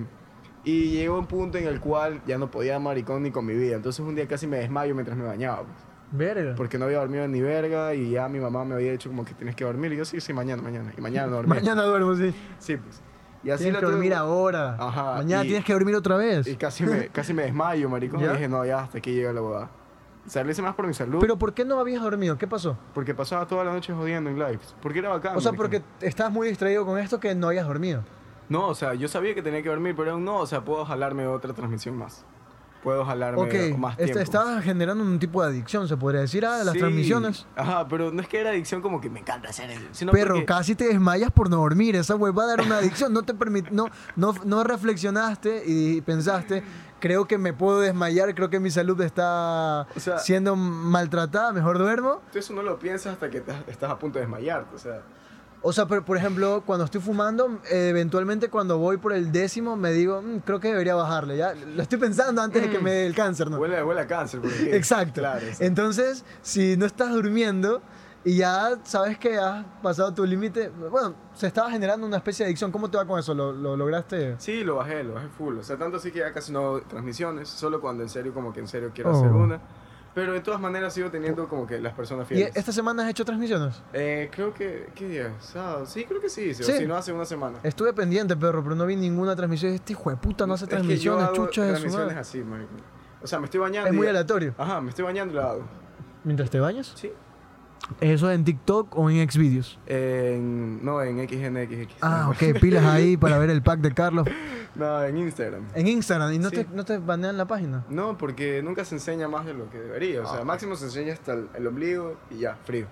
Y llegó un punto en el cual ya no podía maricón ni con mi vida. Entonces un día casi me desmayo mientras me bañaba, pues. Verga. Porque no había dormido ni verga y ya mi mamá me había dicho como que tienes que dormir. Y yo, sí, sí, mañana, mañana. Y mañana no dormí. Mañana duermo, sí. Sí, pues. Y así Tienes la que tuve- dormir ahora. Ajá, Mañana y- tienes que dormir otra vez. Y casi me, casi me desmayo, maricón. Y ¿Ya? dije, no, ya, hasta aquí llega la boda. Salirse más por mi salud. Pero ¿por qué no habías dormido? ¿Qué pasó? porque pasaba toda la noche jodiendo en lives. Porque era bacán. O sea, Ah, maricón. porque estabas muy distraído con esto que no habías dormido. No, o sea, yo sabía que tenía que dormir, pero aún no. O sea, puedo jalarme otra transmisión más. Puedo jalarme Ok, más est- tiempo. estabas generando un tipo de adicción, se podría decir, a las Sí. transmisiones. Ajá, pero no es que era adicción como que me encanta hacer eso. Sino Perro, porque- casi te desmayas por no dormir. Esa huevada era una adicción. No te permit- no, no, no reflexionaste y pensaste, creo que me puedo desmayar, creo que mi salud está O sea- siendo maltratada, mejor duermo. Tú eso no lo piensas hasta que te- estás a punto de desmayarte. O sea, O sea, pero, por ejemplo, cuando estoy fumando, eh, eventualmente cuando voy por el décimo me digo, "Mm, creo que debería bajarle, ya. Lo estoy pensando antes Mm. de que me dé el cáncer, ¿no? huele, huele a cáncer. porque- Exacto. Claro, exacto. Entonces, si no estás durmiendo y ya sabes que has pasado tu límite, bueno, se estaba generando una especie de adicción. ¿Cómo te va con eso? ¿Lo, lo lograste? Sí, lo bajé, lo bajé full. O sea, tanto así que ya casi no hago transmisiones, solo cuando en serio, como que en serio quiero Oh. hacer una. Pero de todas maneras sigo teniendo como que las personas ¿Y fieles. esta semana has hecho transmisiones? Eh, creo que, ¿qué día? Sábado. Sí, creo que sí, sí. o Sí. Si no, hace una semana. Estuve pendiente, perro, pero no vi ninguna transmisión. Este hijo de puta no hace Es que yo transmisiones, hago chucha de su transmisiones madre. así, marico. O sea, me estoy bañando. Es y muy ya- aleatorio. Ajá, me estoy bañando y lo hago. ¿Mientras te bañas? Sí. ¿Eso en TikTok o en Xvideos? En, no, en XNXX. Ah, ok, pilas ahí para ver el pack de Carlos. No, en Instagram. En Instagram, ¿y no, Sí. te, no te banean la página? No, porque nunca se enseña más de lo que debería. O sea, máximo se enseña hasta el, el ombligo y ya, frío.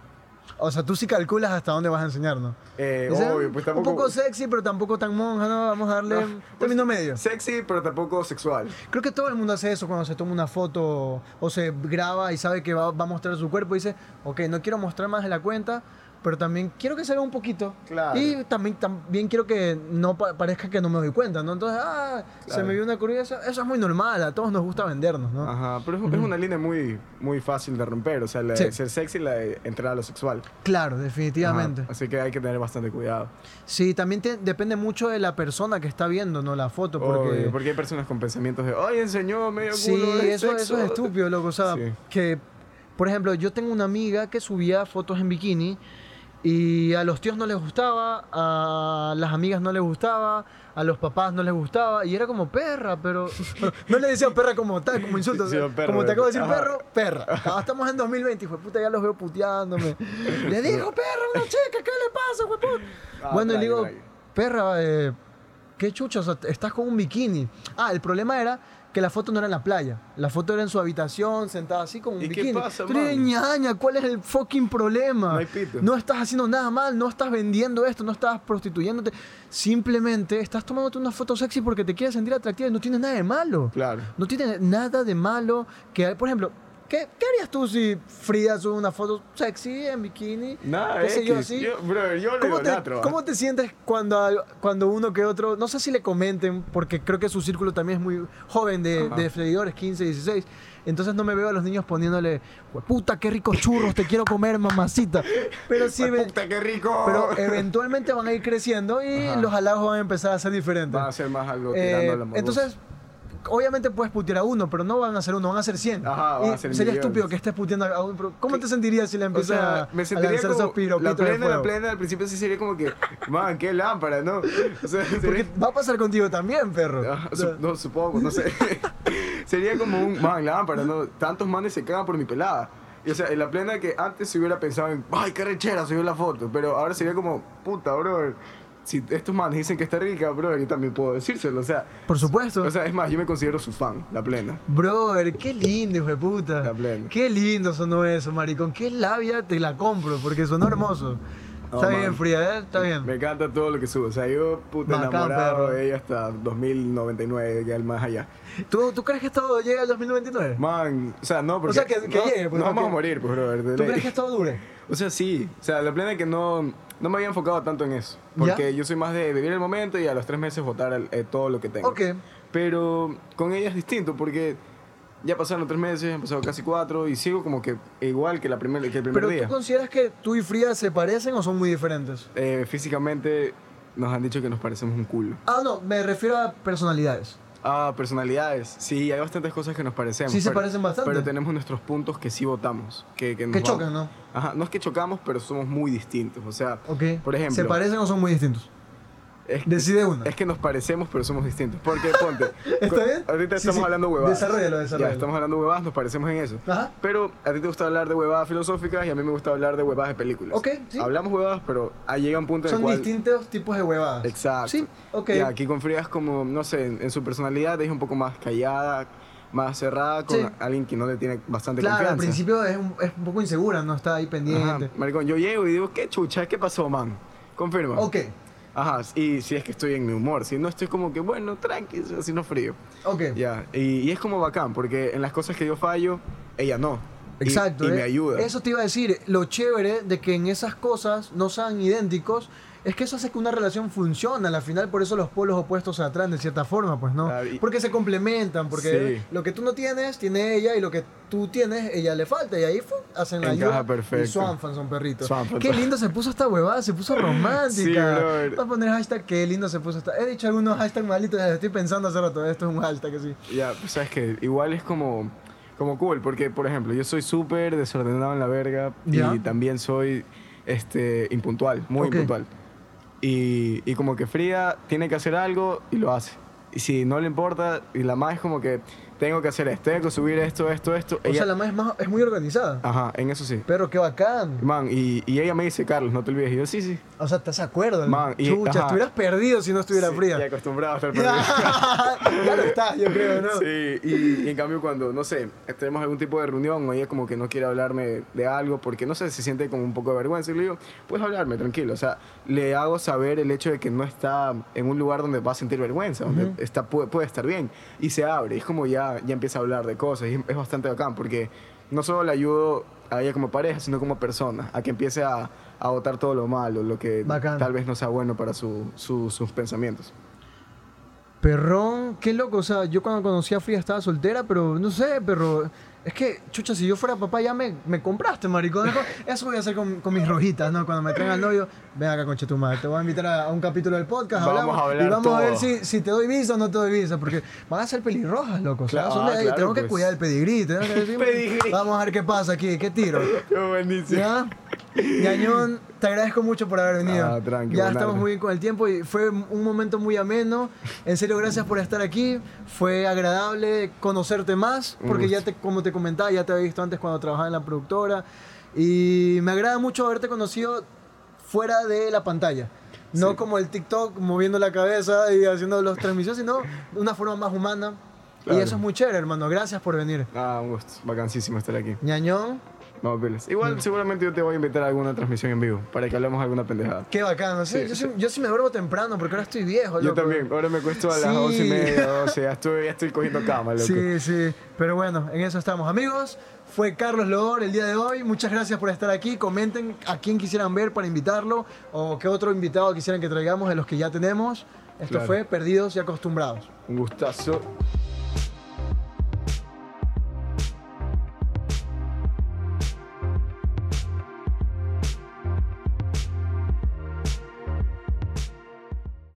O sea, tú sí calculas hasta dónde vas a enseñar, ¿no? Eh, O sea, obvio, pues un tampoco. poco sexy, pero tampoco tan monja, ¿no? Vamos a darle un pues, término medio. Sexy, pero tampoco sexual. Creo que todo el mundo hace eso cuando se toma una foto o se graba y sabe que va, va a mostrar su cuerpo y dice, ok, no quiero mostrar más de la cuenta, pero también quiero que se vea un poquito. Claro. Y también, también quiero que no pa- parezca que no me doy cuenta, ¿no? Entonces, ah, se Claro. me vio una curva, eso, eso es muy normal, a todos nos gusta vendernos, ¿no? Ajá, pero es, es una línea muy, muy fácil de romper. O sea, la Sí. de ser sexy y la de entrar a lo sexual. Claro, Ajá, definitivamente. Así que hay que tener bastante cuidado. Sí, también te- depende mucho de la persona que está viendo, ¿no? La foto, Obvio, Porque, porque... hay personas con pensamientos de, ay, enseñó medio culo Sí, de eso, eso sexo". es estúpido, loco. O sea, Sí. que, por ejemplo, yo tengo una amiga que subía fotos en bikini y a los tíos no les gustaba, a las amigas no les gustaba, a los papás no les gustaba y era como perra, pero no le decían perra como tal, como insulto. o sea, Sí, perro, como te acabo de decir ajá. perro, perra. Ah, estamos en 2020, hijo de puta, ya los veo puteándome. Le dijo perra a una chica, ¿qué le pasa, hijo de puta? Ah, bueno, y trague, le digo, trague. perra, eh, qué chucha, o sea, estás con un bikini. Ah, el problema era que la foto no era en la playa. La foto era en su habitación, sentada así con un ¿Y qué bikini. pasa, Tú le dices, man? ñaña, ¿cuál es el fucking problema? No hay pito. No estás haciendo nada mal, no estás vendiendo esto, no estás prostituyéndote. Simplemente estás tomándote una foto sexy porque te quieres sentir atractiva y no tienes nada de malo. Claro. No tiene nada de malo que, por ejemplo, ¿qué, qué harías tú si Frida sube una foto sexy en bikini? Nada, ¿Qué es sé yo, que así? yo, brother, yo le ¿Cómo te, idolatro, ah. cómo te sientes cuando, al- cuando uno que otro, no sé si le comenten, porque creo que su círculo también es muy joven de, Ajá. de seguidores, 15, 16, entonces no me veo a los niños poniéndole, puta, qué ricos churros, te quiero comer, mamacita. Pero sí, Ay, ve- puta, qué rico! pero eventualmente van a ir creciendo y Ajá. los halagos van a empezar a ser diferentes. Va a ser más algo Eh, tirando a la morbosa. entonces, obviamente puedes putear a uno, pero no van a ser uno, van a ser 100. Ajá, van a Y ser sería millones. estúpido que estés puteando a uno. pero ¿Cómo te sentirías si le O empiezas sea, a, me a sentiría lanzar como esos piropitos la plena, de fuego? la plena, al principio sí sería como que, man, qué lámpara, ¿no? O sea, Porque sería, va a pasar contigo también, perro. Ah, O su- sea, no, supongo, no sé. Sería como un man, lámpara, ¿no? Tantos manes se cagan por mi pelada. Y, o sea, en la plena que antes se hubiera pensado en, ay, qué rechera, subió la foto. Pero ahora sería como, puta, bro. si estos manes dicen que está rica, brother, yo también puedo decírselo. O sea, Por supuesto. o sea, es más, yo me considero su fan, la plena. Brother, qué lindo, hijo de puta. La plena. Qué lindo sonó eso, maricón. Qué labia te la compro, porque sonó hermoso. No, está man. bien, fría, ¿eh? Está bien. Me encanta todo lo que sube. O sea, yo, puta, Bacán, enamorado perro. de ella hasta 2099, ya el más allá. ¿Tú, ¿Tú crees que esto llegue al 2099? Man, o sea, no, porque. sea, que- que no, llegue, no pues, no vamos que- a morir, pues, brother. de ¿Tú ley. crees que esto dure? O sea, sí. O sea, la plena es que no, no me había enfocado tanto en eso. ¿Ya? Porque yo soy más de vivir el momento y a los tres meses votar eh, todo lo que tengo. Ok. Pero con ella es distinto porque ya pasaron tres meses, han pasado casi cuatro y sigo como que igual que, la primer, que el primer Pero día. ¿tú consideras que tú y Frida se parecen o son muy diferentes? Eh, físicamente nos han dicho que nos parecemos un culo. Ah, no, me refiero a personalidades. Ah, personalidades. Sí, hay bastantes cosas que nos parecemos. Sí, se parecen bastante. Pero tenemos nuestros puntos que sí votamos. Que, que, nos Que va- chocan, ¿no? Ajá, no es que chocamos, pero somos muy distintos. O sea, Ok. por ejemplo, ¿Se parecen o son muy distintos? es, Decide uno. es que nos parecemos, pero somos distintos. Porque, ponte, ¿Está con- bien? ahorita Sí, estamos sí. hablando huevadas. Desarróllalo, Ya, desarróllalo. estamos hablando huevadas, nos parecemos en eso. Ajá. Pero a ti te gusta hablar de huevadas filosóficas y a mí me gusta hablar de huevadas de películas. Ok, sí. Hablamos huevadas, pero ahí llega un punto en Son el cual... distintos tipos de huevadas. Exacto. Sí, ok. Y aquí con Frida es como, no sé, en, en su personalidad es un poco más callada, más cerrada con Sí. alguien que no le tiene bastante Claro, al confianza. principio es un, es un poco insegura, no está ahí Ajá. pendiente. Maricón, yo llego y digo, ¿qué chucha? ¿Qué pasó, man? Confirma. Ok, Ajá, y si es que estoy en mi humor, si no estoy como que, bueno, tranqui, así no frío. ok. Ya, y, y es como bacán, porque en las cosas que yo fallo, ella no. Y- Exacto. Y, ¿eh? me ayuda. Eso te iba a decir. Lo chévere de que en esas cosas no sean idénticos es que eso hace que una relación funcione. Al final, por eso los polos opuestos se atraen de cierta forma, pues, ¿no? Claro, y- Porque se complementan. Porque Sí. lo que tú no tienes, tiene ella. Y lo que tú tienes, ella le falta. Y ahí fu, hacen la Encaja ayuda. perfecto. Y Swanfan son perritos. Swanfan. Qué lindo se puso esta huevada. Se puso Sí, romántica. brother. Voy a poner hashtag qué lindo se puso esta. He dicho algunos hashtags malitos. Estoy pensando hace rato. Esto es un hashtag así. Ya, pues, sabes que igual es como, como cool, porque por ejemplo, yo soy súper desordenado en la verga Ya. y también soy este, impuntual, muy Ok. impuntual. Y, y como que Frida tiene que hacer algo y lo hace. Y si no le importa, y la más es como que tengo que hacer esto, tengo que subir esto, esto, esto. O ella- Ah. sea, la más es, más- es muy organizada. Ajá, en eso sí. Pero qué bacán. Man, y, y ella me dice, Carlos, no te olvides. Y yo, sí, sí. O sea, ¿estás de acuerdo? Man, y- Chucha, ajá. estuvieras perdido si no estuviera Sí, Y fría. acostumbrado a estar perdido. ya lo estás, yo creo, ¿no? Sí, y, y en cambio cuando, no sé, tenemos algún tipo de reunión o ella como que no quiere hablarme de algo porque, no sé, se siente como un poco de vergüenza y le digo, puedes hablarme, tranquilo. O sea, le hago saber el hecho de que no está en un lugar donde va a sentir vergüenza, donde está, puede, puede estar bien. Y se abre, y es como ya, ya empieza a hablar de cosas y es bastante bacán porque no solo le ayudo a ella como pareja, sino como persona, a que empiece a, a botar todo lo malo, lo que Bacán. tal vez no sea bueno para su- su- sus pensamientos. Perrón, qué loco. O sea, yo cuando conocí a Frida estaba soltera, pero no sé, pero. Es que, chucha, si yo fuera papá ya me, me compraste, maricón. Eso- Eso voy a hacer con, con mis rojitas, ¿no? Cuando me traigan al novio, ven acá, conche tu madre. Te voy a invitar a, a un capítulo del podcast. Vamos hablamos, a hablar Y vamos a ver todo. si, si te doy visa o no te doy visa, porque van a ser pelirrojas, loco. O sea, Claro, son de- ah, claro, tengo que pues. cuidar el pedigrí. tengo que decir, Pedigrí. Vamos a ver qué pasa aquí, qué tiro. Qué buenísimo. ¿Ya? Yañón, te agradezco mucho por haber venido. Ah, tranqui, ya buena estamos tarde. muy bien con el tiempo y fue un momento muy ameno. En serio, gracias por estar aquí. Fue agradable conocerte más, Un porque ya gusto. te, como te comentaba, ya te había visto antes cuando trabajaba en la productora. Y me agrada mucho haberte conocido fuera de la pantalla. No Sí. como el TikTok moviendo la cabeza y haciendo los transmisiones, sino de una forma más humana. Claro. Y eso es muy chévere, hermano. Gracias por venir. Ah, un gusto. Vacancísimo estar aquí. Ñañón, Vamos, Pilas. Igual seguramente yo te voy a invitar a alguna transmisión en vivo para que hablemos alguna pendejada. Qué bacano. Sí, Sí, yo, sí. sí. yo sí me duermo temprano porque ahora estoy viejo. Yo loco. también. Ahora me cuesto a las Sí. 11 y media, 12. Ya estoy, ya estoy cogiendo cama, loco. Sí, sí. Pero bueno, en eso estamos. Amigos, fue Carlos Lodor el día de hoy. Muchas gracias por estar aquí. Comenten a quién quisieran ver para invitarlo o qué otro invitado quisieran que traigamos de los que ya tenemos. Esto Claro. fue Perdidos y Acostumbrados. Un gustazo.